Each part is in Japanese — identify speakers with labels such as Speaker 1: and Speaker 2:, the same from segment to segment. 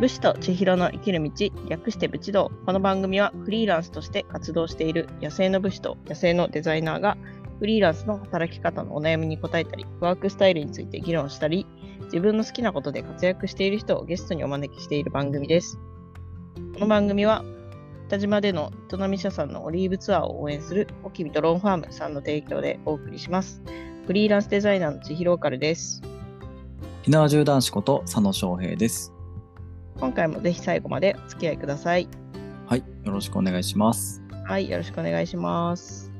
Speaker 1: 武士と千尋の生きる道略して武士道この番組はフリーランスとして活動している野生の武士と野生のデザイナーがフリーランスの働き方のお悩みに答えたりワークスタイルについて議論したり自分の好きなことで活躍している人をゲストにお招きしている番組ですこの番組は北島での営み社さんのオリーブツアーを応援するオキビドローンファームさんの提供でお送りしますフリーランスデザイナーの千尋オカルです
Speaker 2: 沖縄縦断士こと佐野翔平です。
Speaker 1: 今回もぜひ最後までお付き合いください
Speaker 2: はい、よろしくお願いします。
Speaker 1: はい、よろしくお願いします。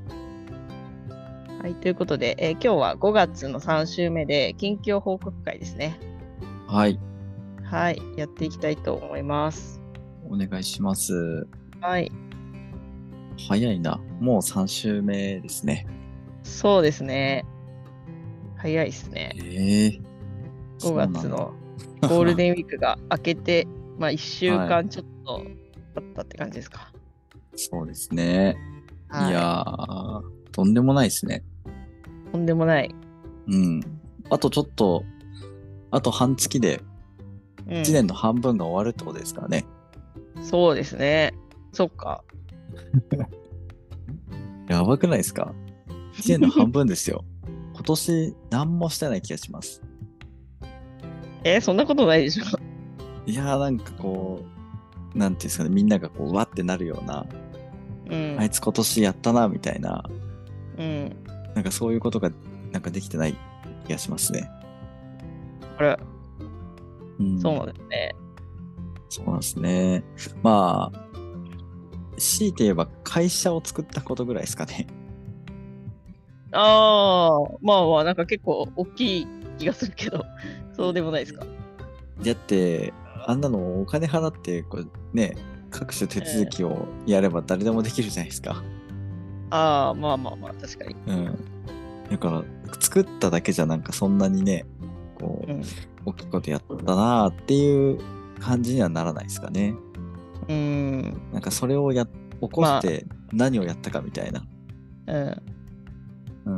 Speaker 1: はい、ということで、えー今日は5月の3週目で、近況報告会ですね。
Speaker 2: はい、
Speaker 1: はい、やっていきたいと思います。
Speaker 2: お願いします。
Speaker 1: はい、
Speaker 2: 早いな。もう3週目ですね。
Speaker 1: そうですね。早いですね。
Speaker 2: ええー。
Speaker 1: 5
Speaker 2: そうなんだ
Speaker 1: 月。のゴールデンウィークが明け て、まあ1週間ちょっとだったって感じですか。
Speaker 2: そうですね。、
Speaker 1: はいい、
Speaker 2: やー、とんでもないですね。
Speaker 1: とんでもない。
Speaker 2: うん。あとちょっと、あと半月で
Speaker 1: うん
Speaker 2: 1年の半分が終わるってことですからね。
Speaker 1: そうですね。そっか。
Speaker 2: やばくないですか ?1 年の半分です よ。今年何もしてない気がします。
Speaker 1: えーそんなことないでしょ。
Speaker 2: いやーなんかこう、なんていうんですかね、みんながこう、わってなるような、
Speaker 1: うん。
Speaker 2: あいつ今年やったな、みたいな、
Speaker 1: うん。
Speaker 2: なんかそういうことが、なんかできてない気がしますね。
Speaker 1: これ、
Speaker 2: うん、
Speaker 1: そうなんですね。
Speaker 2: そうなんですね。まあ、強いて言えば会社を作ったことぐらいですかね。
Speaker 1: ああ、まあまあ、なんか結構大きい気がするけ ど、そうでもないですか。
Speaker 2: だって、あんなのお金払って、こうね、各種手続きをやれば誰でもできるじゃないですか。
Speaker 1: ああ、まあまあまあ、確かに。
Speaker 2: うん。だから、作っただけじゃなんかそんなにね、こう
Speaker 1: う、ん。
Speaker 2: 大きいことやったなーっていう感じにはならないですかね。
Speaker 1: うん。
Speaker 2: なんかそれをや起こして何をやったかみたいな。
Speaker 1: うん。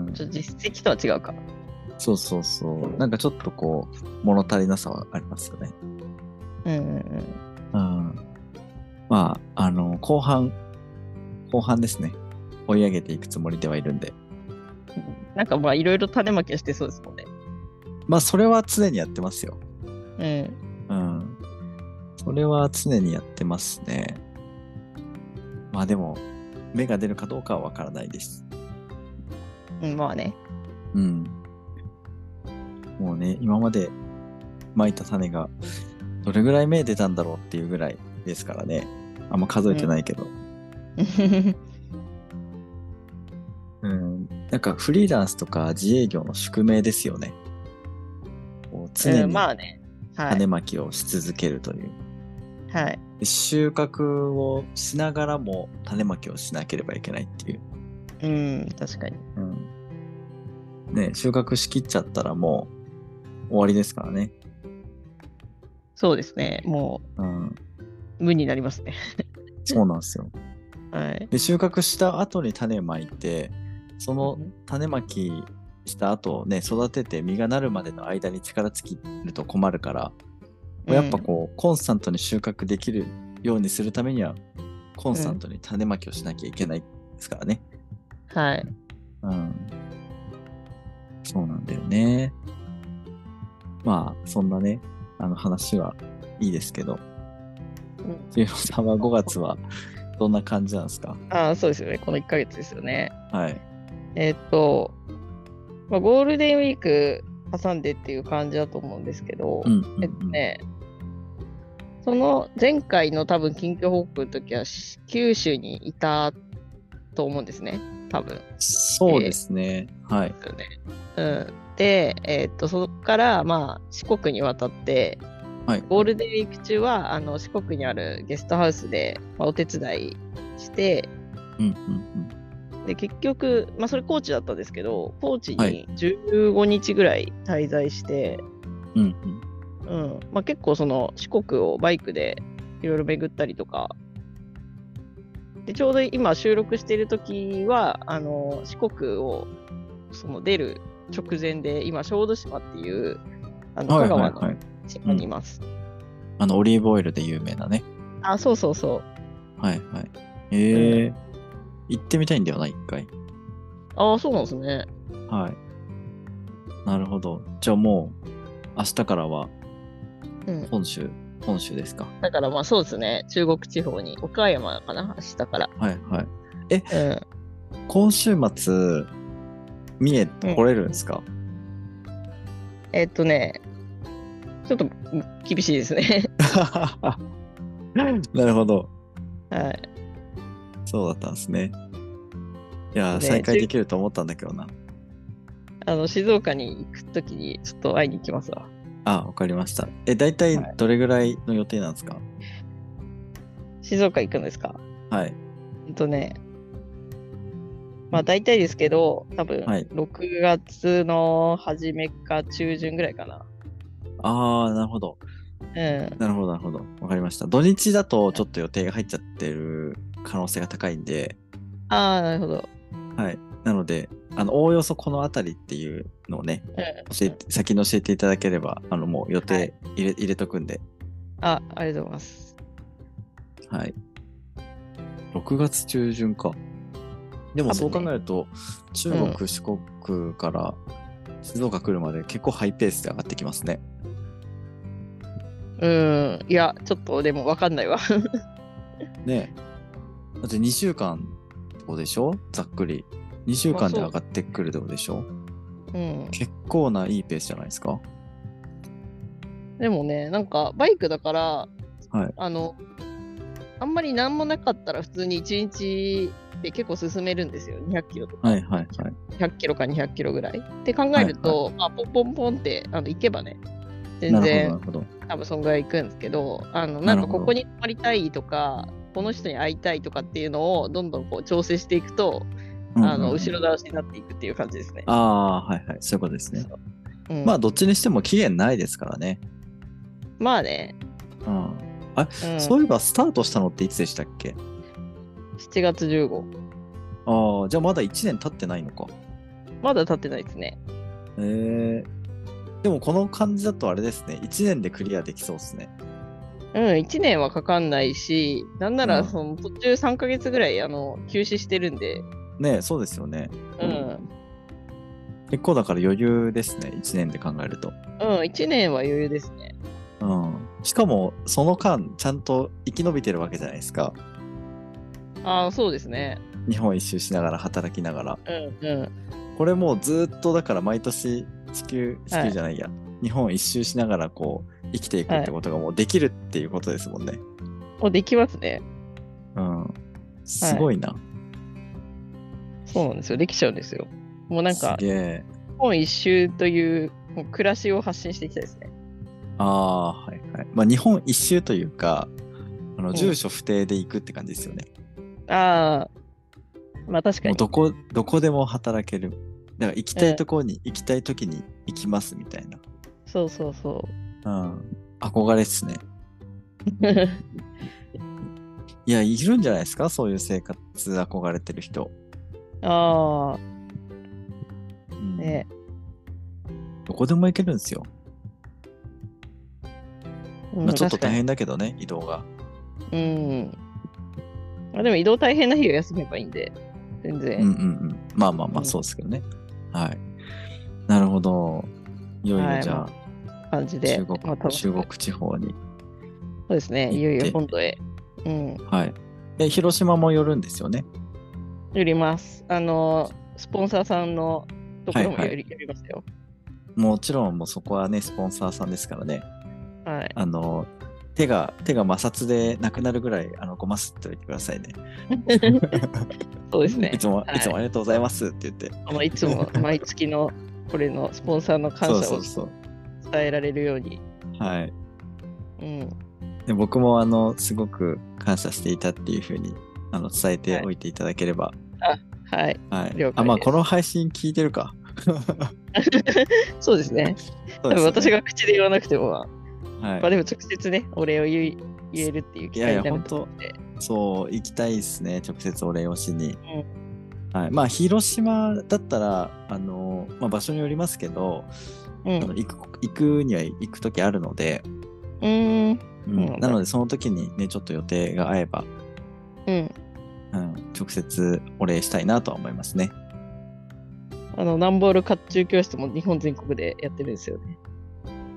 Speaker 2: うん、
Speaker 1: ちょっと実績とは違うか。
Speaker 2: そうそうそう。なんかちょっとこう物足りなさはありますよね。
Speaker 1: うんうん
Speaker 2: うん、まああの後半後半ですね。追い上げていくつもりではいるんで。
Speaker 1: うん。なんかまあ、いろいろ種まきをしてそうですもんね。
Speaker 2: まあそれは常にやってますよ。
Speaker 1: うん。
Speaker 2: うん。それは常にやってますね。まあでも芽が出るかどうかはわからないです。
Speaker 1: うん、まあね。
Speaker 2: うん。もうね、今まで蒔いた種がどれぐらい芽出たんだろうっていうぐらいですからね。あんま数えてないけど。うん。なんかフリーランスとか自営業の宿命ですよね。こう常
Speaker 1: うん、
Speaker 2: に
Speaker 1: まあね。はい
Speaker 2: 種。まきをし続けるという。
Speaker 1: はい。
Speaker 2: で収穫をしながらも種まきをしなければいけないっていう。
Speaker 1: うん、確かに。
Speaker 2: うん。ね、収穫しきっちゃったらもう終わりですからね。
Speaker 1: そうですね。も
Speaker 2: うん。
Speaker 1: う、無になりますね。
Speaker 2: そうなんですよ。
Speaker 1: はい。
Speaker 2: で収穫した後に種まいてその種まきした後ね育てて実がなるまでの間に力尽きると困るから、やっぱこうコンスタントに収穫できるようにするためにはコンスタントに種まきをしなきゃいけないですからね。
Speaker 1: うん、はい。
Speaker 2: うん、そうなんだよね。まあそんなねあの話はいいですけど
Speaker 1: うん
Speaker 2: 千尋さんは5月はどんな感じなんですか
Speaker 1: ああ、そうですよね。この1ヶ月ですよね。
Speaker 2: はい。
Speaker 1: えーっと、まあ、ゴールデンウィーク挟んでっていう感じだと思うんですけど、
Speaker 2: うんうんうん
Speaker 1: えっとね、その前回の多分近況報告の時はし九州にいたと思うんですね、多分。
Speaker 2: そうですね。はい。
Speaker 1: うん、で、えーっとそこからまあ四国に渡って、
Speaker 2: はい
Speaker 1: ゴールデンウィーク中はあの四国にあるゲストハウスで、まあお手伝いして、
Speaker 2: うんうん
Speaker 1: で結局、まあ、それ高知だったんですけど高知
Speaker 2: は
Speaker 1: に
Speaker 2: い
Speaker 1: 15日ぐらい滞在して、
Speaker 2: うん。うんうん。
Speaker 1: うんまあ、結構その四国をバイクでいろいろ巡ったりとかでちょうど今収録している時はあの四国をその出る直前で今小豆島っていうあの
Speaker 2: は
Speaker 1: 香
Speaker 2: い
Speaker 1: 川
Speaker 2: はいは
Speaker 1: の
Speaker 2: い。
Speaker 1: 島にいます。
Speaker 2: あのオリーブオイルで有名なね
Speaker 1: あ、そうそうそう。
Speaker 2: はいはいええ行ってみたいんだよな一回
Speaker 1: ああ、そうなんですね。
Speaker 2: はいなるほどじゃあもう明日からは
Speaker 1: うん。
Speaker 2: 本州本州ですか
Speaker 1: だからまあそうですね。中国地方に、岡山かな、明日から。
Speaker 2: はいはい
Speaker 1: うん。
Speaker 2: 今週末三重来れるんですか、
Speaker 1: えっとね、ちょっと厳しいですね。
Speaker 2: なるほど
Speaker 1: はい。
Speaker 2: そうだったんですねいやー
Speaker 1: ね
Speaker 2: 再開できると思ったんだけどな
Speaker 1: あの、静岡に行くときに、ちょっと会いに行きますわ。
Speaker 2: あわかりましたえ大体どれぐらいの予定なんですか
Speaker 1: 静岡行くんですか
Speaker 2: はい
Speaker 1: えっとね、まあ大体ですけど、多分
Speaker 2: はい
Speaker 1: 6月の初めか中旬ぐらいかな。
Speaker 2: ああなるほど
Speaker 1: うん。
Speaker 2: なるほどなるほどわかりました土日だとちょっと予定が入っちゃってる可能性が高いんで
Speaker 1: ああ、なるほど。
Speaker 2: はいなのであのおおよそこの辺りっていうのをね
Speaker 1: うん
Speaker 2: 教えて先に教えていただければあのもう予
Speaker 1: は
Speaker 2: 定
Speaker 1: い
Speaker 2: 入れ,、入れとくんで
Speaker 1: あ、ありがとうございます。
Speaker 2: はい。6月中旬か。でもそう
Speaker 1: 多
Speaker 2: 考
Speaker 1: 分ね
Speaker 2: えると、中国、四国から静岡来るまで結構ハイペースで上がってきますね。
Speaker 1: うん。いや、ちょっとでもわかんないわ。
Speaker 2: ねえだって2週間ってことでしょざっくり。2週間で上がってくるってことでしょ、
Speaker 1: うん。
Speaker 2: 結構ないいペースじゃないですか
Speaker 1: でもね、なんかバイクだから、
Speaker 2: はい
Speaker 1: あの、あんまり何もなかったら普通に1日で結構進めるんですよ。200キロとか、
Speaker 2: はいはいはい。
Speaker 1: 100キロか200キロぐらい。って考えると、まあ、ポンポンポンってあの行けばね、全
Speaker 2: な
Speaker 1: 然
Speaker 2: るほどなる
Speaker 1: 多分そんぐらい行くんですけど、あの
Speaker 2: な
Speaker 1: なん
Speaker 2: る
Speaker 1: か
Speaker 2: ほど
Speaker 1: ここに泊まりたいとか、この人に会いたいとかっていうのをどんどんこう調整していくと、
Speaker 2: ほど。
Speaker 1: あの後
Speaker 2: ろ。
Speaker 1: ろ倒しになっていくっていう感じですね。
Speaker 2: ああ、はいはい。そういうことですね。
Speaker 1: うん
Speaker 2: まあ、どっちにしても期限ないですからね。
Speaker 1: まあね、
Speaker 2: うん。
Speaker 1: うん、
Speaker 2: そういえば、スタートしたのっていつでしたっけ
Speaker 1: 7月15、
Speaker 2: ああ、じゃあまだ1年経ってないのか。
Speaker 1: まだ経ってないですね。
Speaker 2: へえでもこの感じだとあれですね1年でクリアできそうですね
Speaker 1: うん、1年はかかんないし、なんな
Speaker 2: う
Speaker 1: ら
Speaker 2: ん
Speaker 1: その途中3ヶ月ぐらいあの休止してるんで、
Speaker 2: ねえそうですよね
Speaker 1: うん、
Speaker 2: 結構だから余裕ですね1年で考えると
Speaker 1: うん、1年は余裕ですね。
Speaker 2: うんしかもその間ちゃんと生き延びてるわけじゃないですか
Speaker 1: ああ、そうですね。
Speaker 2: 日本一周しながら働きながら
Speaker 1: うん、う
Speaker 2: これもうずっとだから毎年地球地球じゃないや、日本一周しながらこう生きていくってことがもうできるっていうことですもんね、
Speaker 1: ん。もうできますね。
Speaker 2: うんすごいな、
Speaker 1: そうなんですよ。できちゃうんですよ。もうなんか
Speaker 2: す、げえ
Speaker 1: 日本一周というもう暮らしを発信していきたいですね。
Speaker 2: ああー、はいはい。まあ、日本一周というか、あ
Speaker 1: う
Speaker 2: の
Speaker 1: ん
Speaker 2: 住所不定で行くって感じですよね。
Speaker 1: ああ、まあ確か
Speaker 2: も
Speaker 1: に
Speaker 2: う。どこ、どこでも働ける。だから行きたいところに、行きたい時に行きますみたいな。
Speaker 1: そうそうそう。
Speaker 2: うん。憧れっすね。いや、いるんじゃないですかそういう生活憧れてる人。
Speaker 1: あ
Speaker 2: うん
Speaker 1: あ、ね、
Speaker 2: どこでも行けるんですよ。
Speaker 1: うん
Speaker 2: まあ、ちょっと
Speaker 1: 確か
Speaker 2: 大
Speaker 1: に
Speaker 2: 変だけどね、移動が。
Speaker 1: うん。まあでも移動大変な日を休めばいいんで、全然。
Speaker 2: うんうんうん。まあまあま
Speaker 1: う
Speaker 2: あ、
Speaker 1: ん
Speaker 2: そうですけどね。はい。なるほど。いよい
Speaker 1: は
Speaker 2: よ
Speaker 1: い
Speaker 2: じゃあ、
Speaker 1: ま感じで、
Speaker 2: 中
Speaker 1: まあ
Speaker 2: 国、
Speaker 1: 楽し
Speaker 2: 中
Speaker 1: く
Speaker 2: 国地方に。
Speaker 1: そうですね、いよい
Speaker 2: 行っ
Speaker 1: よ
Speaker 2: て
Speaker 1: 本土へ、うん、
Speaker 2: はい。で、広島も寄るんですよね。
Speaker 1: 寄ります。あの、スポンサーさんのところも
Speaker 2: はいは
Speaker 1: 寄
Speaker 2: い
Speaker 1: り,、寄りますよ。
Speaker 2: もちろん、もうそこはね、スポンサーさんですからね。
Speaker 1: はい。
Speaker 2: あの、手が、手が摩擦でなくなるぐらい、あの、ごますっておいてくださいね。
Speaker 1: そうですね
Speaker 2: い。つも、
Speaker 1: はい
Speaker 2: い、つもありがとうございますって言って。
Speaker 1: あのいつも毎月のこれのスポンサーの感
Speaker 2: そう
Speaker 1: 謝
Speaker 2: そ
Speaker 1: を
Speaker 2: うそう。
Speaker 1: 伝えられるように。
Speaker 2: はい。
Speaker 1: うん、
Speaker 2: で僕も、あの、すごく感謝していたっていうふうに、あの、伝えておいていただければ。
Speaker 1: はい。
Speaker 2: は
Speaker 1: 了解
Speaker 2: い。
Speaker 1: です
Speaker 2: あ、まあ、この配信聞いてるか。
Speaker 1: そうですね。多
Speaker 2: そう
Speaker 1: 分
Speaker 2: ですよね
Speaker 1: 私。が口で言わなくても、まあま
Speaker 2: は
Speaker 1: あ
Speaker 2: い。
Speaker 1: でも直接ね、お礼を言い言えるっていう機
Speaker 2: いや
Speaker 1: 会
Speaker 2: いや、
Speaker 1: にな
Speaker 2: 本
Speaker 1: ると
Speaker 2: 当
Speaker 1: 思うんで。
Speaker 2: そう、行きたいですね、直接お礼をしに。はい、まあ、広島だったら、あのまあ、場所によりますけど、
Speaker 1: うん
Speaker 2: あの行く行くには行く時あるので、
Speaker 1: うーん。
Speaker 2: うん
Speaker 1: うん
Speaker 2: なのでその時にねちょっと予定が合えば、
Speaker 1: うん。
Speaker 2: うん、直接お礼したいなとは思いますね
Speaker 1: あの、段ボール甲冑教室も日本全国でやってるんですよね。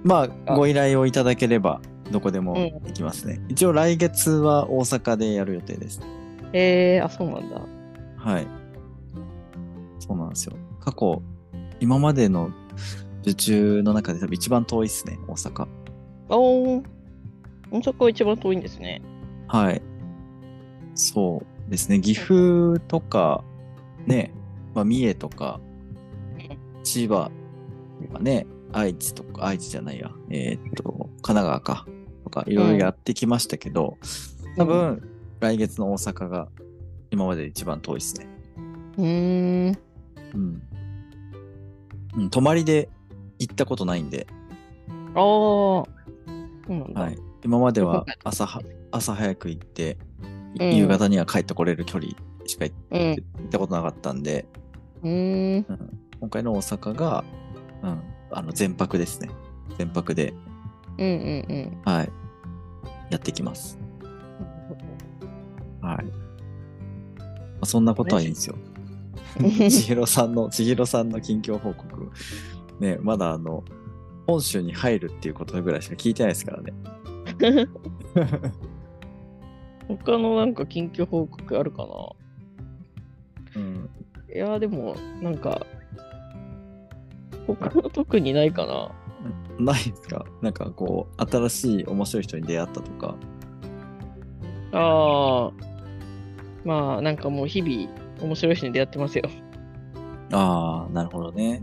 Speaker 2: まあ
Speaker 1: あ
Speaker 2: ご依頼をいただければどこでも
Speaker 1: う
Speaker 2: 行きますね、一応来月は大阪でやる予定です
Speaker 1: えー、あ、そうなんだ。
Speaker 2: はいそうなんですよ過去今までの受注の中で多分一番遠いですね大阪
Speaker 1: おー。大阪は一番遠いんですね。
Speaker 2: はい。そうですね。岐阜とか、ね、まあ、三重とか、千葉とかね、愛知とか、愛知じゃないや、えーっと、神奈川か、とか、いろいろやってきましたけど、多分、来月の大阪が今までで一番遠いですね。
Speaker 1: うーん。
Speaker 2: うん。うん、泊まりで行ったことないんで、
Speaker 1: あー。そうなんだ。
Speaker 2: はい。今までは
Speaker 1: よかっ
Speaker 2: 朝は、朝早く行って、
Speaker 1: うん
Speaker 2: 夕方には帰ってこれる距離しか行っ
Speaker 1: うん。
Speaker 2: 行ったことなかったんで、
Speaker 1: うーん。
Speaker 2: 今回の大阪が、うん、あの全泊ですね。全泊で、
Speaker 1: うんうんうん。
Speaker 2: はい、やってきます。はい。まあ、そんなことはいいんですよ。千尋さんの、千尋さんの近況報告。ね、まだあの、本州に入るっていうことぐらいしか聞いてないですから ね。
Speaker 1: 他のなんか近況報告あるかな
Speaker 2: うん、
Speaker 1: いやーでもなんか他は特にないかな
Speaker 2: ないですかなんかこう、新しい面白い人に出会ったとか。
Speaker 1: ああまあなんかもう日々面白い人に出会ってますよ
Speaker 2: ああ、なるほどね。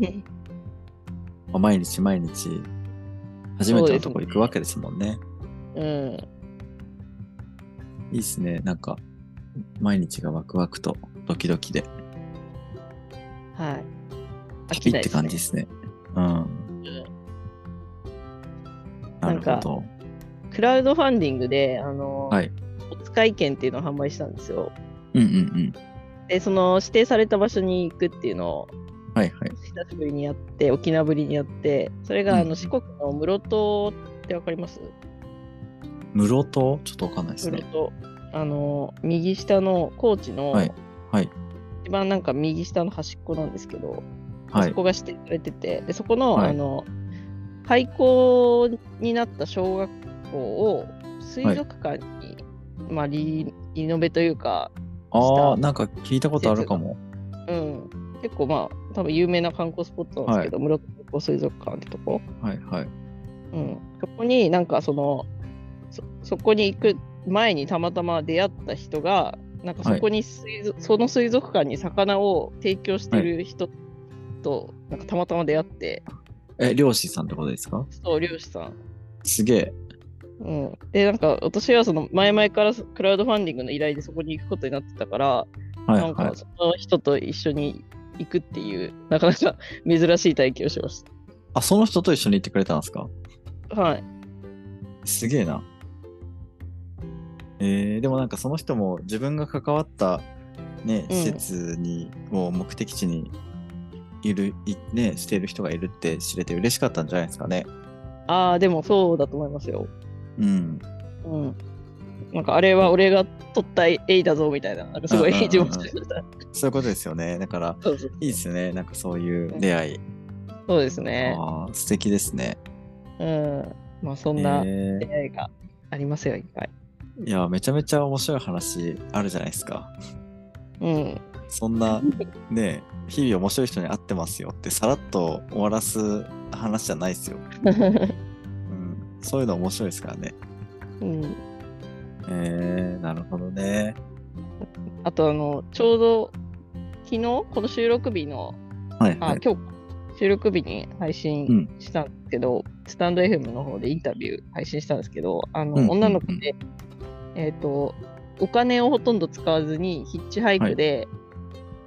Speaker 2: まあ毎日毎日、初めてのとこ行くわけですもんね。
Speaker 1: うん
Speaker 2: いいっすね。なんか、毎日がワクワクとドキドキで、
Speaker 1: はい
Speaker 2: 旅って感じで
Speaker 1: です
Speaker 2: ね。うん。なるほど。
Speaker 1: クラウドファンディングであのー、
Speaker 2: はい
Speaker 1: お使い券っていうのを販売したんですよ
Speaker 2: うんうんうん。
Speaker 1: でその指定された場所に行くっていうのを
Speaker 2: はいはい。
Speaker 1: 久しぶりにやって沖縄ぶりにやってそれがあ
Speaker 2: うんう
Speaker 1: の
Speaker 2: ん
Speaker 1: 四国の室戸ってわかります、
Speaker 2: 室戸ちょっとわかんないです
Speaker 1: 室
Speaker 2: ね。
Speaker 1: 戸あの右下の高知の、
Speaker 2: はいはい
Speaker 1: 一番なんか右下の端っこなんですけど、
Speaker 2: は
Speaker 1: そ
Speaker 2: い。
Speaker 1: こが指定されててでそこの,、
Speaker 2: はい
Speaker 1: あの廃校になった小学校を水族館に、まあ、リリノベというか、
Speaker 2: ああ、なんか聞いたことあるかも。
Speaker 1: うん、結構まあ多分有名な観光スポットなんですけど、室戸水族館ってとこ、
Speaker 2: はいはい。
Speaker 1: うん、そこになんかそのそそこに行く前にたまたま出会った人がなんかそこに水族、その水族館に魚を提供してる人と、なんかたまたま出会って
Speaker 2: え、漁師さんってことですか
Speaker 1: そう漁師さん、
Speaker 2: すげえ。
Speaker 1: うん、でなんか私はその前々からクラウドファンディングの依頼でそこに行くことになってたから、
Speaker 2: はい
Speaker 1: なん
Speaker 2: は
Speaker 1: かその人と一緒に行くっていうなかなか 珍しい体験をしまし
Speaker 2: い。あ、その人と一緒に行ってくれたんですか
Speaker 1: たはい
Speaker 2: すげえな。えー、でもなんかその人も自分が関わった、ね、
Speaker 1: うん
Speaker 2: 施設に、もう目的地にいるい、ね、している人がいるって知れて嬉しかったんじゃないですかね。
Speaker 1: ああでもそうだと思いますよ
Speaker 2: うん。
Speaker 1: うん。なんかあれは俺が取った絵だぞみたいな、なんかすごい
Speaker 2: うんうんうんうん
Speaker 1: 自分してた。
Speaker 2: そういうことですよね。だから、
Speaker 1: そうそう
Speaker 2: いいですよね。なんかそういう出会い。
Speaker 1: そうですね。
Speaker 2: ああ、素敵ですね。
Speaker 1: うん。まあそ
Speaker 2: え
Speaker 1: んな
Speaker 2: ー
Speaker 1: 出、会いがありますよ、いっぱい。
Speaker 2: いや、めちゃめちゃ面白い話あるじゃないですか。
Speaker 1: うん。
Speaker 2: そんな、ね、日々面白い人に会ってますよって、さらっと終わらす話じゃないですよ。うん、そういうの面白いですからね。
Speaker 1: うん、
Speaker 2: えー、なるほどね。
Speaker 1: あとあの、ちょうど昨日、この収録日の、
Speaker 2: はい
Speaker 1: あ
Speaker 2: は、い。
Speaker 1: 今日、収録日に配信したんですけど、スタンド FM の方でインタビュー配信したんですけど、あの、
Speaker 2: うんうんうん
Speaker 1: 女の子で、えっ、と、お金をほとんど使わずにヒッチハイクで、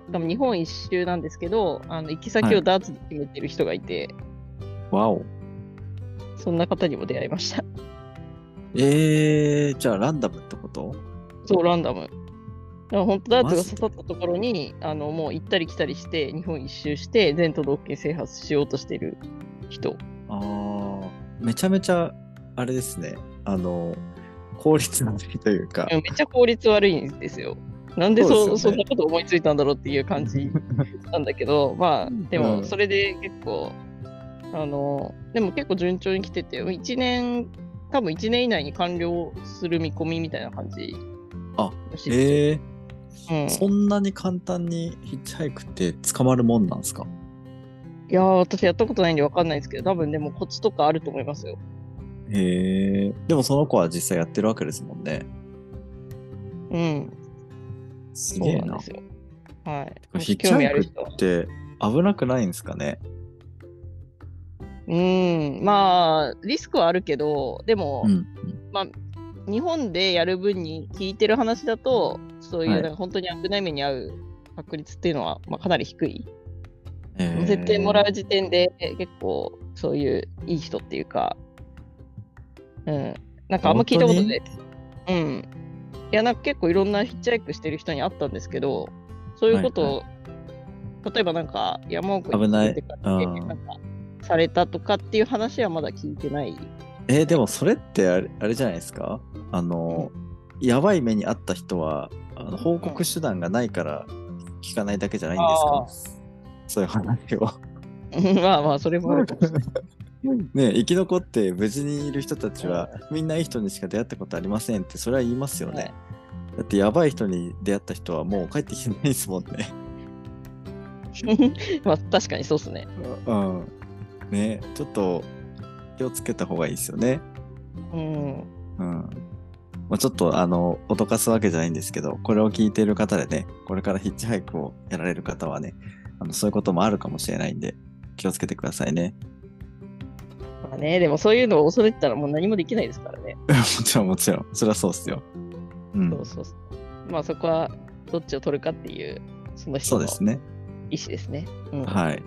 Speaker 1: しかも日本一周なんですけど、あの行き先
Speaker 2: は
Speaker 1: を
Speaker 2: い
Speaker 1: ダーツで決めてる人がいて、
Speaker 2: わお。
Speaker 1: そんな方にも出会いました。
Speaker 2: えー、じゃあランダムってこと
Speaker 1: そう、ランダム。だから本当ダーツが
Speaker 2: マジ
Speaker 1: 刺さったところにあのもう行ったり来たりして日本一周して全都道府県制覇しようとしてる人
Speaker 2: あー、めちゃめちゃ、あれですね。あの効率の時というか、
Speaker 1: めっちゃ効率悪いんですよ。なんでそ
Speaker 2: そう
Speaker 1: そ
Speaker 2: ですよ
Speaker 1: ん
Speaker 2: ね
Speaker 1: なこと思いついたんだろうっていう感じなんだけ ど、まあ、で
Speaker 2: う
Speaker 1: も
Speaker 2: ん
Speaker 1: それで結構、あの、でも結構順調に来てて、1年、多分1年以内に完了する見込みみたいな感じ
Speaker 2: あ
Speaker 1: らしいですよ。
Speaker 2: えー
Speaker 1: うん
Speaker 2: そんなに簡単にヒッチハイクって捕まるもんなんですか
Speaker 1: いやー私やったことないんで分かんないですけど、多分でもコツとかあると思いますよ。
Speaker 2: へえでもその子は実際やってるわけですもんね
Speaker 1: うん、
Speaker 2: す
Speaker 1: そ
Speaker 2: げ
Speaker 1: う
Speaker 2: え
Speaker 1: なん
Speaker 2: な
Speaker 1: ですよ。はい。も
Speaker 2: ヒ
Speaker 1: し
Speaker 2: ッチ
Speaker 1: 興
Speaker 2: ハ
Speaker 1: 味あ
Speaker 2: イク
Speaker 1: る
Speaker 2: っ
Speaker 1: 人は。
Speaker 2: て危なくないんですかね
Speaker 1: うん、まあ、リスクはあるけど、でも、
Speaker 2: うん
Speaker 1: 日本でやる分に聞いてる話だと、そういう、
Speaker 2: は
Speaker 1: ないんか本当に危ない目に遭う確率っていうのは、まあ、かなり低い。
Speaker 2: へー
Speaker 1: 絶対もらう時点で、結構、そういういい人っていうか、うん、なんかあんま聞いたことないです。うん。いや、なんか結構いろんなヒッチハイクしてる人に会ったんですけど、そういうことを、例えばなんか山奥に
Speaker 2: 危ない
Speaker 1: 連れてかれ
Speaker 2: う
Speaker 1: て
Speaker 2: ん
Speaker 1: なんかされたとかっていう話はまだ聞いてない。
Speaker 2: えーでもそれってあれあれじゃないですかあの、やばい目に遭った人はあの報告手段がないから聞かないだけじゃないんですか、そういう話を。
Speaker 1: まあまあ、それもあるかもしれない。
Speaker 2: ね生き残って無事にいる人たちは、みんないい人にしか出会ったことありませんってそれは言いますよね。だってやばい人に出会った人はもう帰ってきてないですもんね。
Speaker 1: まあ、確かにそうっすね。
Speaker 2: うん。ねちょっと気をつけた方がいいですよね。
Speaker 1: うん。
Speaker 2: うんまあ、ちょっとあの脅かすわけじゃないんですけどこれを聞いている方でねこれからヒッチハイクをやられる方はねあのそういうこともあるかもしれないんで気をつけてくださいね
Speaker 1: まあね、でもそういうのを恐れてたらもう何もできないですからね。
Speaker 2: もちろんもちろんそれはそうっすよ、うん、
Speaker 1: そうそうそうまあそこはどっちを取るかっていう、その
Speaker 2: そ
Speaker 1: 人
Speaker 2: う
Speaker 1: の
Speaker 2: ですね
Speaker 1: 意思ですね。うんは
Speaker 2: はい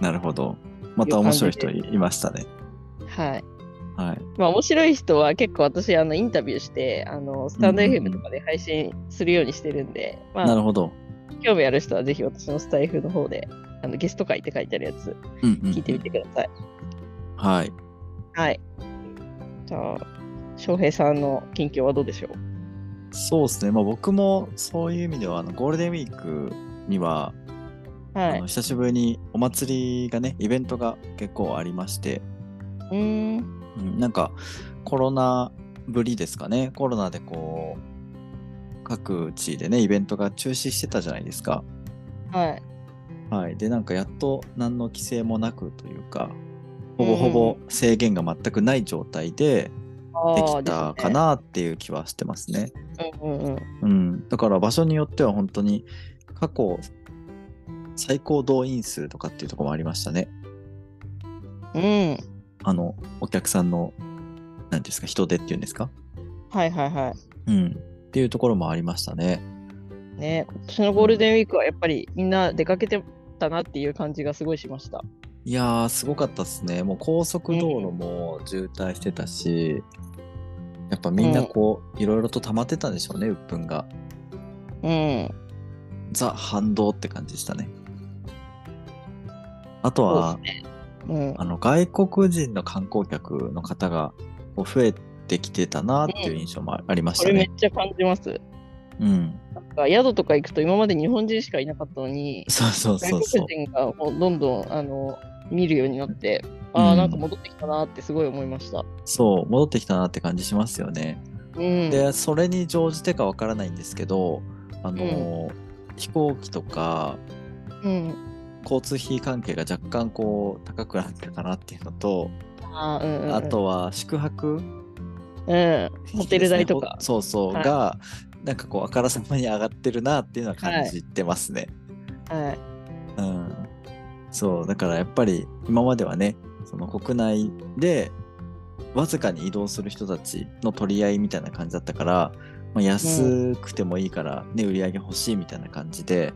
Speaker 2: なるほどまた面白い人いいましたね
Speaker 1: い。
Speaker 2: はい
Speaker 1: まあ面白い人は結構私、あの、インタビューして、あの、スタンド
Speaker 2: うんうんうん
Speaker 1: FM とかで配信するようにしてるんで、
Speaker 2: な
Speaker 1: ま
Speaker 2: る
Speaker 1: あ
Speaker 2: ほど、
Speaker 1: 興味ある人はぜひ私のスタイフの方で、あのゲスト会って書いてあるやつ、
Speaker 2: うんうん、
Speaker 1: 聞いてみてください。
Speaker 2: はい
Speaker 1: はい。じゃあ、翔平さんの近況はどうでしょう
Speaker 2: そうですねまあ僕もそういう意味ではあのゴールデンウィークには、
Speaker 1: は
Speaker 2: あ
Speaker 1: い
Speaker 2: の。久しぶりにお祭りがねイベントが結構ありまして
Speaker 1: うーん。
Speaker 2: うん、なんかコロナぶりですかねコロナでこう各地でねイベントが中止してたじゃないですか、
Speaker 1: はい。
Speaker 2: はい、でなんかやっと何の規制もなくというかほぼほぼ制限が全くない状態でで
Speaker 1: あー
Speaker 2: きたかなっていう気はしてますね
Speaker 1: ですねうんうんうん
Speaker 2: うん、だから場所によっては本当に過去最高動員数とかっていうところもありましたね
Speaker 1: うん。
Speaker 2: あのお客さんの何ていうんですか人手っていうんですか、
Speaker 1: はいはいは
Speaker 2: うん、っていうところもありましたね
Speaker 1: い。ね、今年のゴールデンウィークはやっぱりみんな出かけてたなっていう感じがすごいしました。
Speaker 2: いやー、すごかったっすね。もう高速道路も渋滞してたし、やっぱみんなこう、いろいろと溜まってたんでしょうね、鬱憤が。
Speaker 1: うん。
Speaker 2: ザ・反動って感じでしたね。あとは、
Speaker 1: そううん。
Speaker 2: あの、外国人の観光客の方がこう増えてきてたなっていう印象もあありまし
Speaker 1: こ
Speaker 2: た
Speaker 1: れめ
Speaker 2: ね。
Speaker 1: っちゃ感じます。
Speaker 2: うん。
Speaker 1: なんか宿とか行くと今まで日本人しかいなかったのに、
Speaker 2: そうそうそうそ
Speaker 1: 外
Speaker 2: う。
Speaker 1: 国人がもうどんどんあの見るようになって、あ
Speaker 2: う
Speaker 1: あ、
Speaker 2: ん
Speaker 1: なんか戻ってきたなってすごい思いました。
Speaker 2: そう、戻ってきたなって感じしますよね。
Speaker 1: うん。
Speaker 2: でそれに乗じてかわからないんですけどあの、飛行機とか
Speaker 1: うん。
Speaker 2: 交通費関係が若干こう高くなったかなっていうのと、
Speaker 1: ああ、うん、うん。
Speaker 2: あ、とは宿泊
Speaker 1: うん。ホテル代と
Speaker 2: で
Speaker 1: か。
Speaker 2: すね ほそうそう、
Speaker 1: はい
Speaker 2: がなんかこうあからさまに上がってるなっていうのは感じてますね、
Speaker 1: はい。
Speaker 2: うんそうだからやっぱり今まではねその国内でわずかに移動する人たちの取り合いみたいな感じだったから、まあ、安くてもいいから、ね売り上げ欲しいみたいな感じで、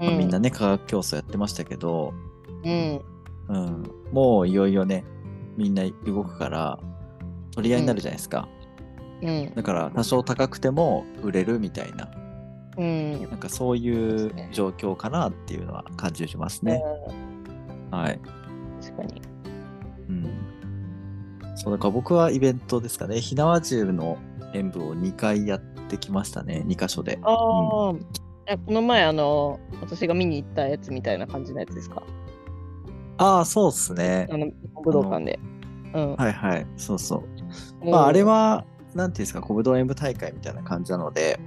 Speaker 2: まあみんなね価格競争やってましたけど、
Speaker 1: うん。
Speaker 2: うん、もういよいよねみんな動くから取り合いになるじゃないですか、
Speaker 1: うん。
Speaker 2: だから多少高くても売れるみたいな
Speaker 1: うん。
Speaker 2: なんかそ
Speaker 1: そ
Speaker 2: ういう
Speaker 1: ですね
Speaker 2: う状況かなっていうのは感じしますね、
Speaker 1: う
Speaker 2: はい、
Speaker 1: ん確かに。
Speaker 2: うん、そうだから僕はイベントですかね、火縄銃の演舞を2回やってきましたね、2箇所で。
Speaker 1: ああ、えこの前あの私が見に行ったやつみたいな感じのやつですか
Speaker 2: ああ、そうっすね。
Speaker 1: あの武道館で。うん、
Speaker 2: はいはい、そうそう。まあ、あれは、なんていうんですか、小武道演舞大会みたいな感じなので、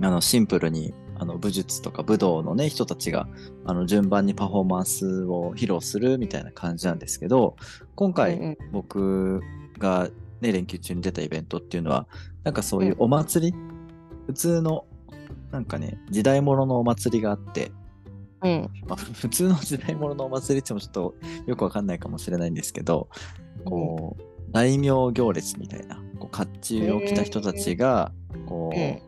Speaker 2: あのシンプルにあの武術とか武道のね人たちがあの順番にパフォーマンスを披露するみたいな感じなんですけど今
Speaker 1: うん、
Speaker 2: 回
Speaker 1: うん
Speaker 2: 僕が、ね、連休中に出たイベントっていうのはなんかそういうお祭り、普通のなんかね時代物のお祭りがあって、
Speaker 1: うん
Speaker 2: まあ、普通の時代物のお祭りって言ってもちょっとよくわかんないかもしれないんですけどこう大名行列みたいなこう甲冑を着た人たちがこう、
Speaker 1: うん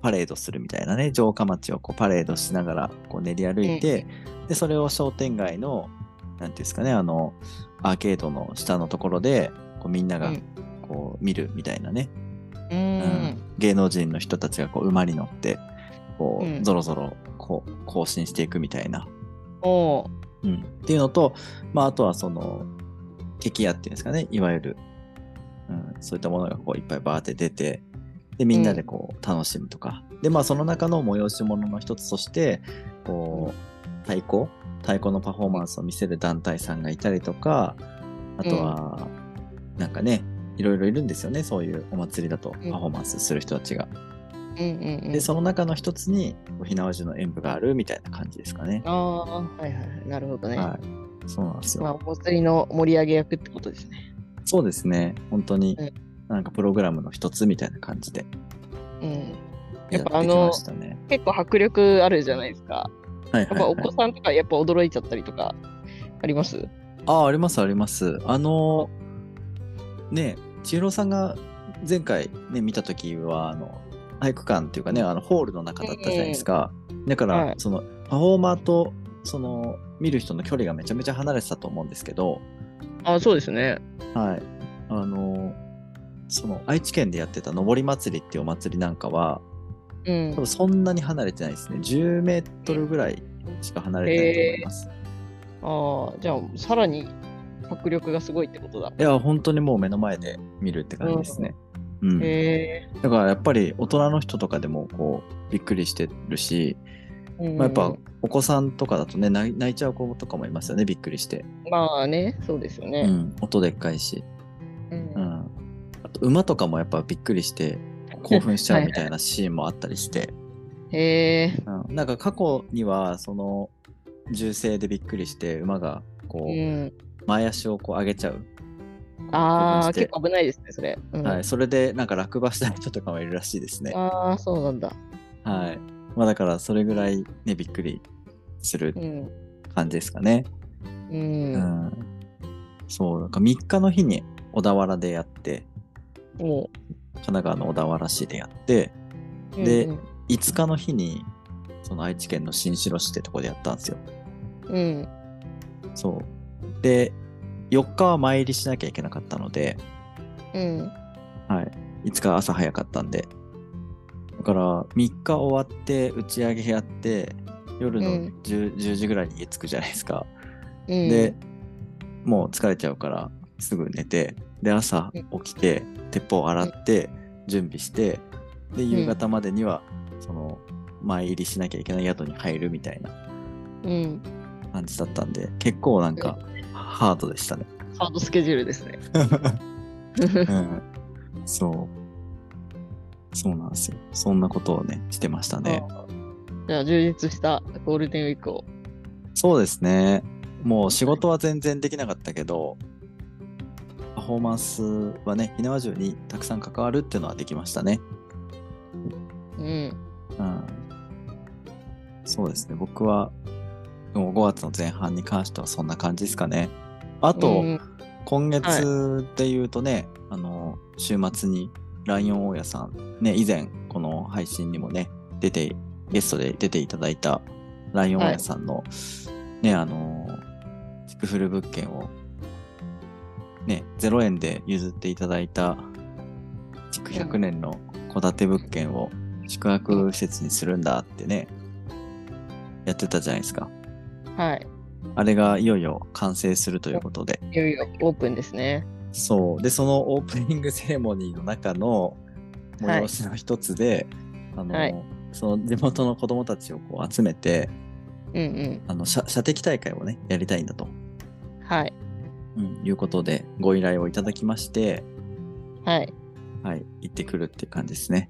Speaker 2: パレードするみたいなね城下町をこうパレードしながらこう練り歩いて、でそれを商店街の何ていうんですかねあのアーケードの下のところでこうみんな
Speaker 1: う
Speaker 2: が
Speaker 1: ん
Speaker 2: こう見るみたいなね、
Speaker 1: う
Speaker 2: うん
Speaker 1: ん
Speaker 2: 芸能人の人たちがこう馬に乗ってこ
Speaker 1: うん
Speaker 2: うぞろぞろこう行進していくみたいな
Speaker 1: おー
Speaker 2: うん、っていうのと、まあ、あとはその、敵屋っていうんですかね、いわゆる、うん、そういったものがこういっぱいバーって出て、で、みんなでこう楽しむとか、で、まあその中の催し物の一つとして、こう、太鼓、太鼓のパフォーマンスを見せる団体さんがいたりとか、あとは、なんかね、いろいろいるんですよね、そういうお祭りだとパフォーマンスする人たちが。
Speaker 1: うんうんうん
Speaker 2: で、その中の一つに、こう火縄銃の演舞があるみたいな感じですかね。
Speaker 1: ああーはいはいはいなるほどね、
Speaker 2: はい。そうなんですよ。
Speaker 1: まあお祭りの盛り上げ役ってことですね
Speaker 2: そうですね、本当に
Speaker 1: う、
Speaker 2: なんかプログラムの一つみたいな感じで
Speaker 1: うんや
Speaker 2: や
Speaker 1: っ
Speaker 2: っ
Speaker 1: ぱ
Speaker 2: てきましたね。
Speaker 1: 結構迫力あるじゃないですかや
Speaker 2: はいは
Speaker 1: っ
Speaker 2: い、
Speaker 1: ぱ
Speaker 2: は
Speaker 1: お
Speaker 2: い。
Speaker 1: 子さんとかやっぱ驚いちゃったりとかあります、
Speaker 2: ああ、ありますあります。あの、ね、千尋さんが前回ね、見た時は、あの、体育館っていうかね、あのホールの中だったじゃないですか。だから、
Speaker 1: はい
Speaker 2: そのパフォーマーと、その、見る人の距離がめちゃめちゃ離れてたと思うんですけど、
Speaker 1: ああそうですね
Speaker 2: はい。あの、その愛知県でやってた上り祭りっていうお祭りなんかは、
Speaker 1: うん
Speaker 2: 多分そんなに離れてないですね。10メートルぐらいしか離れてないと思います。
Speaker 1: ああじゃあさらに迫力がすごいってことだ
Speaker 2: いや、本当にもう目の前で見るって感じですね。うん。
Speaker 1: へえ
Speaker 2: だからやっぱり大人の人とかでもこうびっくりしてるし、まあ、やっぱお子さんとかだとね、泣い泣いちゃう子とかもいますよね、びっくりして。
Speaker 1: まあねそうですよ
Speaker 2: う
Speaker 1: ね、
Speaker 2: ん。音でっかいし。
Speaker 1: うん
Speaker 2: うん。あと馬とかもやっぱびっくりして興奮しちゃうみたいなシーンもあったりして。
Speaker 1: へえ
Speaker 2: うん。なんか過去にはその銃声でびっくりして馬がこ
Speaker 1: う
Speaker 2: う、
Speaker 1: ん
Speaker 2: 前足をこう上げちゃう
Speaker 1: あ
Speaker 2: 興奮
Speaker 1: あ
Speaker 2: して
Speaker 1: 結構危ないですねそれ、うん
Speaker 2: はい、それでなんか落馬した人とかもいるらしいですね。は
Speaker 1: ああそうなんだ
Speaker 2: い。まあだからそれぐらいね、びっくりする
Speaker 1: うん
Speaker 2: 感じですかね。
Speaker 1: う、
Speaker 2: うんん。そう、なんか3日の日に小田原でやって、
Speaker 1: も
Speaker 2: 神奈川の小田原市でやって、
Speaker 1: う
Speaker 2: で
Speaker 1: うん
Speaker 2: 5日の日にその愛知県の新城市ってとこでやったんですよ。
Speaker 1: うん
Speaker 2: そう。で、4日は参りしなきゃいけなかったので、
Speaker 1: うん
Speaker 2: はい。5日朝早かったんで。だから、3日終わって、打ち上げやって、夜の
Speaker 1: う
Speaker 2: 10,、10時ぐらいに家着くじゃないですか。
Speaker 1: うん
Speaker 2: で、もう疲れちゃうから、すぐ寝て、で、朝起きて、鉄砲洗って、準備して、で、夕方までには、その、前入りしなきゃいけない宿に入るみたいな
Speaker 1: うん
Speaker 2: 感じだったんで、結構なんか、ハードでしたね。
Speaker 1: ハードスケジュールですね
Speaker 2: うん。そう。そうなんですよ。そんなことをね、してましたね。
Speaker 1: じゃあ充実したゴールデンウィークを
Speaker 2: そうですね。もう仕事は全然できなかったけど、パフォーマンスはね、火縄銃にたくさん関わるっていうのはできましたね。
Speaker 1: うん
Speaker 2: うん。そうですね。僕は、もう5月の前半に関してはそんな感じですかね。あと、
Speaker 1: うん
Speaker 2: 今月で言うとね、あの、週末にライオン大家さん、ね、以前、この配信にもね、出て、ゲストで出ていただいたライオン大家さんの、ね、あの、ティクフル物件を、ね、0円で譲っていただいた、築100年の戸建て物件を宿泊施設にするんだってね、やってたじゃないですか。
Speaker 1: はい
Speaker 2: あれがいよいよ完成するということで、
Speaker 1: いよいよオープンですね
Speaker 2: そう。で、そのオープニングセレモニーの中の
Speaker 1: はい
Speaker 2: 催しの一つで、あの、
Speaker 1: はい
Speaker 2: その地元の子供たちをこう集めて、
Speaker 1: うん
Speaker 2: あの、射射的大会をね、やりたいんだと、
Speaker 1: うん。はい。
Speaker 2: うん、いうことで、ご依頼をいただきまして、
Speaker 1: はい。
Speaker 2: はい、行ってくるっていう感じですね。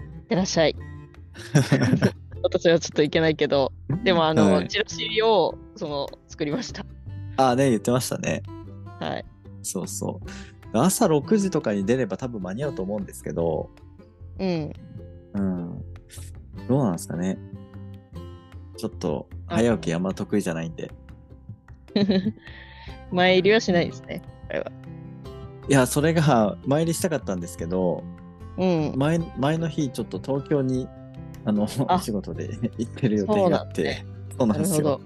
Speaker 1: いってらっしゃい。私はちょっといけないけど、 でも、あの、
Speaker 2: はい
Speaker 1: チラシを、その、作りました。
Speaker 2: ああね、言ってましたね。
Speaker 1: はい。
Speaker 2: そうそう。朝6時とかに出れば多分間に合うと思うんですけど、
Speaker 1: うん。
Speaker 2: うん。どうなんですかね。ちょっと、
Speaker 1: あ
Speaker 2: 早起きあんま得意じゃないんで。
Speaker 1: 前入りはしないですね。
Speaker 2: いや、それが、参りしたかったんですけど、
Speaker 1: うん。
Speaker 2: 前、前の日、ちょっと東京に、あの、
Speaker 1: あ
Speaker 2: お仕事で 行ってる予定があって、そうな
Speaker 1: なん
Speaker 2: で
Speaker 1: る
Speaker 2: す
Speaker 1: ほ
Speaker 2: よ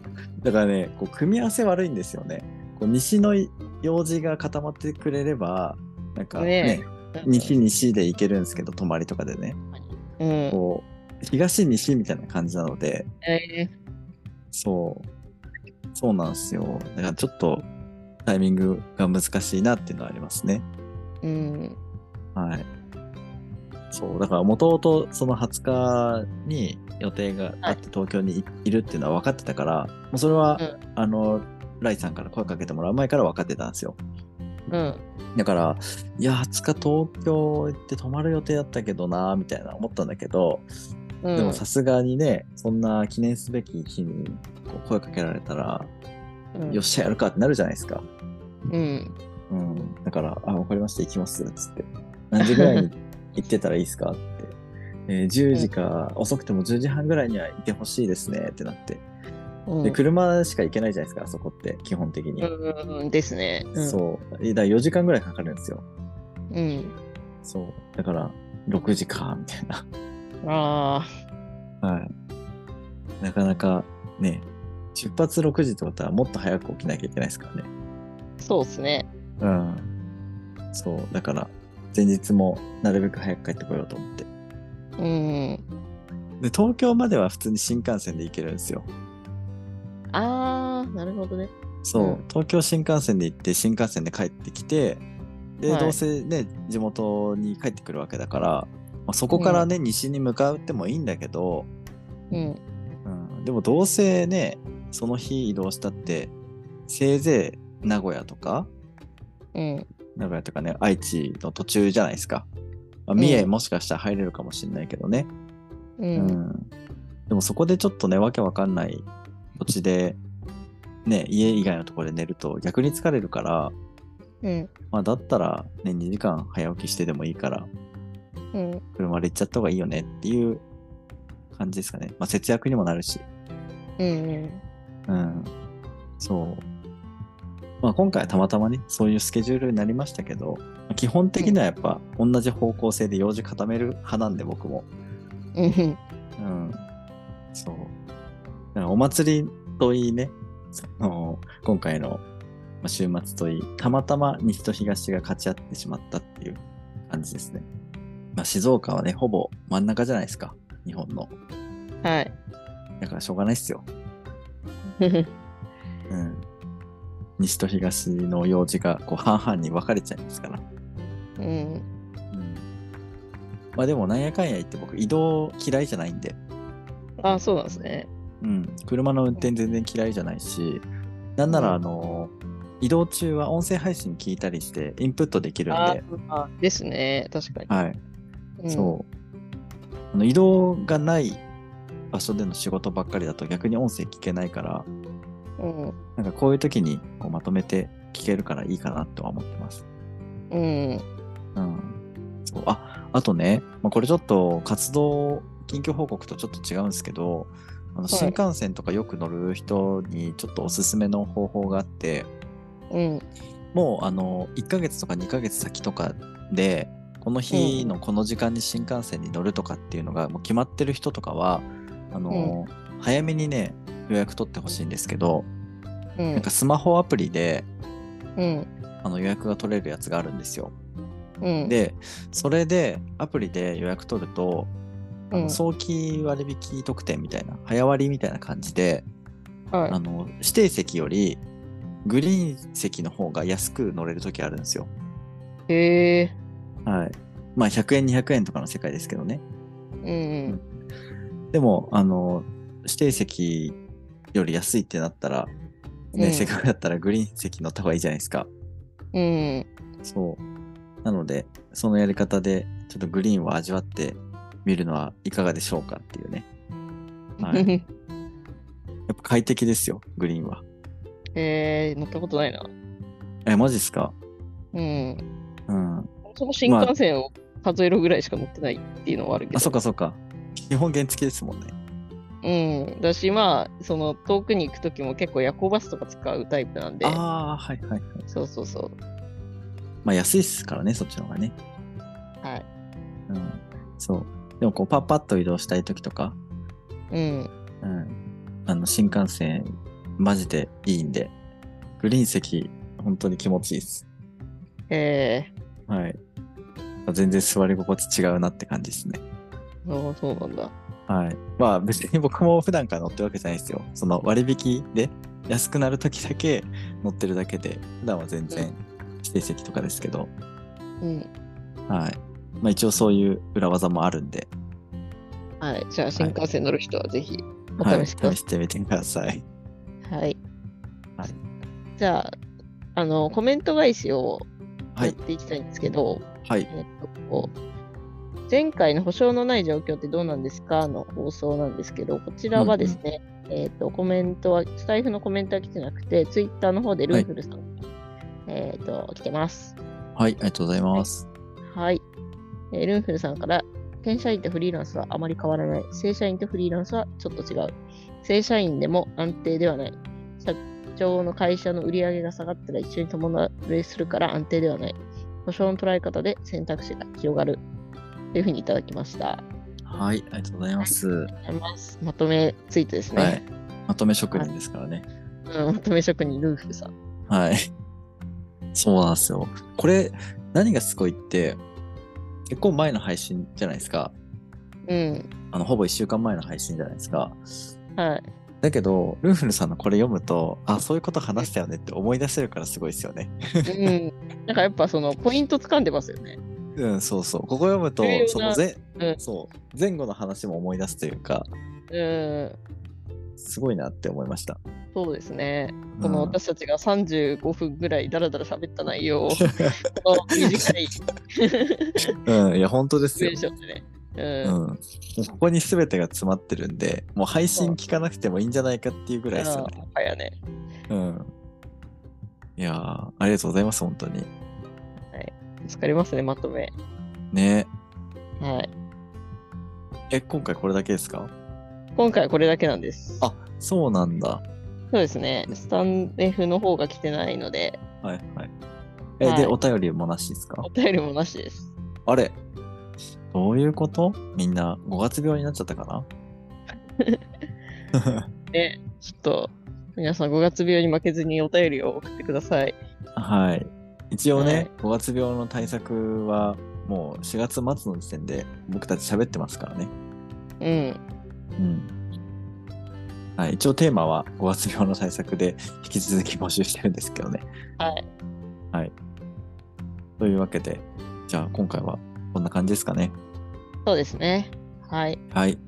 Speaker 1: ど。。
Speaker 2: だからね、こう、組み合わせ悪いんですよね。こう、西の用事が固まってくれれば、なんか
Speaker 1: ね
Speaker 2: ね、西西で行けるんですけど、泊まりとかでね。
Speaker 1: うん。
Speaker 2: こう、東西みたいな感じなので、
Speaker 1: え
Speaker 2: そう。そうなんですよ。だからちょっとタイミングが難しいなっていうのはありますね。
Speaker 1: ーうん。
Speaker 2: はい。そう。だからもともとその20日に予定があって東京にいいるっていうのは分かってたから、もうそれは、
Speaker 1: うん
Speaker 2: あの、ライさんから声かけてもらう前から分かってたんですよ。
Speaker 1: うん。
Speaker 2: だから、いや、20日東京行って泊まる予定だったけどな、みたいな思ったんだけど、
Speaker 1: うん。
Speaker 2: でもさすがにね、そんな記念すべき日にこう声かけられたら、
Speaker 1: うん、
Speaker 2: よっしゃやるかってなるじゃないですか。
Speaker 1: うん。
Speaker 2: うん。だから、あ、わかりました、行きます、つって。何時ぐらい に行ってたらいいですかって。えー10時か、遅くても10時半ぐらいにはいてほしいですね、ってなって。
Speaker 1: うん。
Speaker 2: で、車しか行けないじゃないですか、あそこって、基本的に。
Speaker 1: うんうんですね。うん、
Speaker 2: そう。えだから4時間ぐらいかかるんですよ。
Speaker 1: うん。
Speaker 2: そう。だから、6時か、みたいな。
Speaker 1: あ
Speaker 2: はい。なかなか、ね、出発6時ってことはもっと早く起きなきゃいけないですからね。
Speaker 1: あ、そうですね。
Speaker 2: うん。そう、だから、前日もなるべく早く帰ってこようと思って。
Speaker 1: うん。
Speaker 2: で、東京までは普通に新幹線で行けるんですよ。
Speaker 1: ああ、なるほどね。
Speaker 2: そう、
Speaker 1: うん
Speaker 2: 東京新幹線で行って、新幹線で帰ってきて、で、
Speaker 1: はい
Speaker 2: どうせね、地元に帰ってくるわけだから、まあ、そこからね、西に向かうってもいいんだけど、
Speaker 1: うん。
Speaker 2: うん、でもどうせね、その日移動したって、せいぜい名古屋とか、
Speaker 1: うん。
Speaker 2: 名古屋とかね、愛知の途中じゃないですか。まあ、三重
Speaker 1: うん
Speaker 2: もしかしたら入れるかもしれないけどね。
Speaker 1: う。
Speaker 2: うんんでもそこでちょっとね、わけわかんない土地で、ね、家以外のところで寝ると逆に疲れるから、
Speaker 1: うん。
Speaker 2: まあだったらね、2時間早起きしてでもいいから、
Speaker 1: うん。
Speaker 2: 車で行っちゃった方がいいよねっていう感じですかね。まあ節約にもなるし。
Speaker 1: うん。
Speaker 2: うん。そう。まあ今回はたまたまね、そういうスケジュールになりましたけど、まあ基本的にはやっぱ同じ方向性で用事固める派なんで僕も。
Speaker 1: うん。
Speaker 2: うん。そう。だからお祭りといいね、その今回のまあ週末といい、たまたま西と東が勝ち合ってしまったっていう感じですね。まあ、静岡はね、ほぼ真ん中じゃないですか、日本の。
Speaker 1: はい。
Speaker 2: だからしょうがないっすよ。うん。西と東の用事がこう半々に分かれちゃいますから。
Speaker 1: うん。
Speaker 2: うん。まあでもなんやかんや言って僕移動嫌いじゃないんで。
Speaker 1: ああ、そうなんですね。
Speaker 2: うん、車の運転全然嫌いじゃないし、なんな
Speaker 1: うん
Speaker 2: らあの、移動中は音声配信聞いたりしてインプットできるん
Speaker 1: あ
Speaker 2: で、
Speaker 1: ーあー、ですね。確かに。
Speaker 2: はい、
Speaker 1: うん、
Speaker 2: そう。あの移動がない場所での仕事ばっかりだと逆に音声聞けないから、
Speaker 1: う。うん。
Speaker 2: なんかこういう時にこうまとめて聞けるからいいかなとは思ってます。
Speaker 1: うん。
Speaker 2: うん。そう。あ、あとね、まあ、これちょっと活動、近況報告とちょっと違うんですけど、あの
Speaker 1: い
Speaker 2: 新幹線とかよく乗る人にちょっとおすすめの方法があって、
Speaker 1: うん。
Speaker 2: もうあの1ヶ月とか2ヶ月先とかでこの日のこの時間に新幹線に乗るとかっていうのがもう決まってる人とかはあの、早めにね予約取ってほしいんですけど、
Speaker 1: う
Speaker 2: なん
Speaker 1: ん
Speaker 2: か。スマホアプリで
Speaker 1: うん。
Speaker 2: あの予約が取れるやつがあるんですよ。
Speaker 1: うん。、
Speaker 2: でそれでアプリで予約取ると、あの
Speaker 1: うん
Speaker 2: 早期割引特典みたいな早割りみたいな感じで、
Speaker 1: はい
Speaker 2: あ。の指定席よりグリーン席の方が安く乗れる時あるんですよ。
Speaker 1: へえ。
Speaker 2: はい。まあ100円200円とかの世界ですけどね。
Speaker 1: うん
Speaker 2: でも、あの、指定席より安いってなったら、ね、
Speaker 1: うん
Speaker 2: せっかくだったらグリーン席乗った方がいいじゃないですか。
Speaker 1: うん。うん。
Speaker 2: そう。なので、そのやり方で、ちょっとグリーンを味わってみるのはいかがでしょうかっていうね。 はい。やっぱ快適ですよ、グリーンは。
Speaker 1: えー、乗ったことないな。
Speaker 2: え、マジっすか
Speaker 1: うん。
Speaker 2: うん。
Speaker 1: その新幹線を数えるぐらいしか乗ってないっていうのはあるけど。
Speaker 2: あ、そっかそっか。基本原付ですもんね。
Speaker 1: うん。だし、まあ、その遠くに行くときも結構夜行バスとか使うタイプなんで、
Speaker 2: ああ、はいはいはい。
Speaker 1: そうそうそう。
Speaker 2: まあ安いっすからね、そっちの方がね。
Speaker 1: はい。
Speaker 2: うん。そう。でもこう、パッパッと移動したい時とか、
Speaker 1: うん。
Speaker 2: うん。あの、新幹線、マジでいいんで、グリーン席、本当に気持ちいいです。
Speaker 1: え
Speaker 2: はい。全然座り心地違うなって感じですね。
Speaker 1: ー、そうそうなんだ。
Speaker 2: はい。まあ別に僕も普段から乗ってるわけじゃないですよ。その割引で安くなる時だけ乗ってるだけで、普段は全然指定席とかですけど、
Speaker 1: うん。
Speaker 2: はい。まあ一応そういう裏技もあるんで、
Speaker 1: はい。じゃあ、新幹線乗る人はぜひお
Speaker 2: はい、
Speaker 1: 試
Speaker 2: 試
Speaker 1: しくださ
Speaker 2: してみてください。
Speaker 1: い。はい。
Speaker 2: はい
Speaker 1: じゃあ、あの、コメント返しを
Speaker 2: は
Speaker 1: やっ
Speaker 2: い。
Speaker 1: ていきたいんですけど、
Speaker 2: はい。
Speaker 1: えっと、前回の保証のない状況ってどうなんですかの放送なんですけど、こちらはですね、えっと、コメントは、スタイフのコメントは来てなくて、ツイッターの方でルーフルさん、えっと、来てます。
Speaker 2: はい。ありがとうございます。
Speaker 1: はい。えールンフルさんから、転社員とフリーランスはあまり変わらない。正社員とフリーランスはちょっと違う。正社員でも安定ではない。社長の会社の売り上げが下がったら一緒に伴いするから安定ではない。保証の捉え方で選択肢が広がる。というふうにいただきました。
Speaker 2: はい。ありがとうございます。
Speaker 1: ありがとうございますまとめツイートですね。
Speaker 2: はい。まとめ職人ですからね。
Speaker 1: うん、まとめ職人ルンフルさん。
Speaker 2: はい。そうなんですよ。これ、何がすごいって、結構前の配信じゃないですか。
Speaker 1: うん。
Speaker 2: あの、ほぼ1週間前の配信じゃないですか。
Speaker 1: はい。
Speaker 2: だけど、ルーフルさんのこれ読むと、あ、そういうこと話したよねって思い出せるからすごいですよね。
Speaker 1: うん。なんかやっぱそのポイント掴んでますよね。
Speaker 2: うん、そうそう。ここ読むと
Speaker 1: 重要、な
Speaker 2: その前、
Speaker 1: うん
Speaker 2: そう、前後の話も思い出すというか、
Speaker 1: うん。
Speaker 2: すごいなって思いました。
Speaker 1: そうですね。この
Speaker 2: うん
Speaker 1: 私たちが35分ぐらいだらだら喋った内 容を、この短い
Speaker 2: うん、いや、本当で
Speaker 1: シ
Speaker 2: す
Speaker 1: チュエ
Speaker 2: よ
Speaker 1: ー。ションでね。
Speaker 2: うん、
Speaker 1: うん
Speaker 2: もうここに全てが詰まってるんで、もう配信聞かなくてもいいんじゃないかっていうぐらいですよね。
Speaker 1: もはやね。
Speaker 2: うん。いやー、ありがとうございます、本当に。
Speaker 1: 疲れますね、まとめ。
Speaker 2: ね
Speaker 1: はい。
Speaker 2: え、今回これだけですか
Speaker 1: 今回はこれだけなんです。
Speaker 2: あ、そうなんだ。
Speaker 1: そうですね。スタン F の方が来てないので、
Speaker 2: はいはい。え、
Speaker 1: はい
Speaker 2: で、お便りもなしですか
Speaker 1: お便りもなしです。
Speaker 2: あれどういうことみんな5月病になっちゃったかな
Speaker 1: ちょっと、皆さん5月病に負けずにお便りを送ってください。
Speaker 2: はい。一応
Speaker 1: はい
Speaker 2: ね、5月病の対策はもう4月末の時点で僕たち喋ってますからね。
Speaker 1: うん。
Speaker 2: うん。はい、一応テーマは5月病の対策で引き続き募集してるんですけどね。
Speaker 1: はい。
Speaker 2: というわけで、じゃあ今回はこんな感じですかね。
Speaker 1: そうですね。はい。
Speaker 2: はい。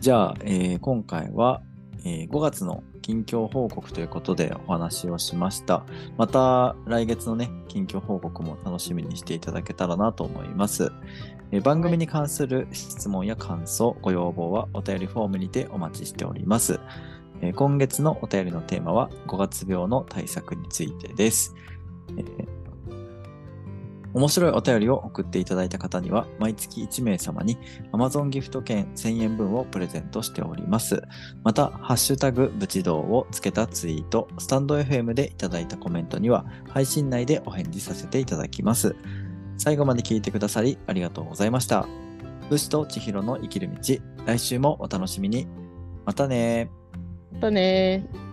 Speaker 2: じゃあ、えー今回は、え5月の近況報告ということでお話をしました。また来月のね、近況報告も楽しみにしていただけたらなと思います。えー番組に関する質問や感想、ご要望はお便りフォームにてお待ちしております。えー今月のお便りのテーマは5月病の対策についてです。えー面白いお便りを送っていただいた方には、毎月1名様に Amazon ギフト券1000円分をプレゼントしております。また、ハッシュタグブチドウをつけたツイート、スタンド FM でいただいたコメントには、配信内でお返事させていただきます。最後まで聞いてくださり、ありがとうございました。武士と千尋の生きる道、来週もお楽しみに。またねー。
Speaker 1: またねー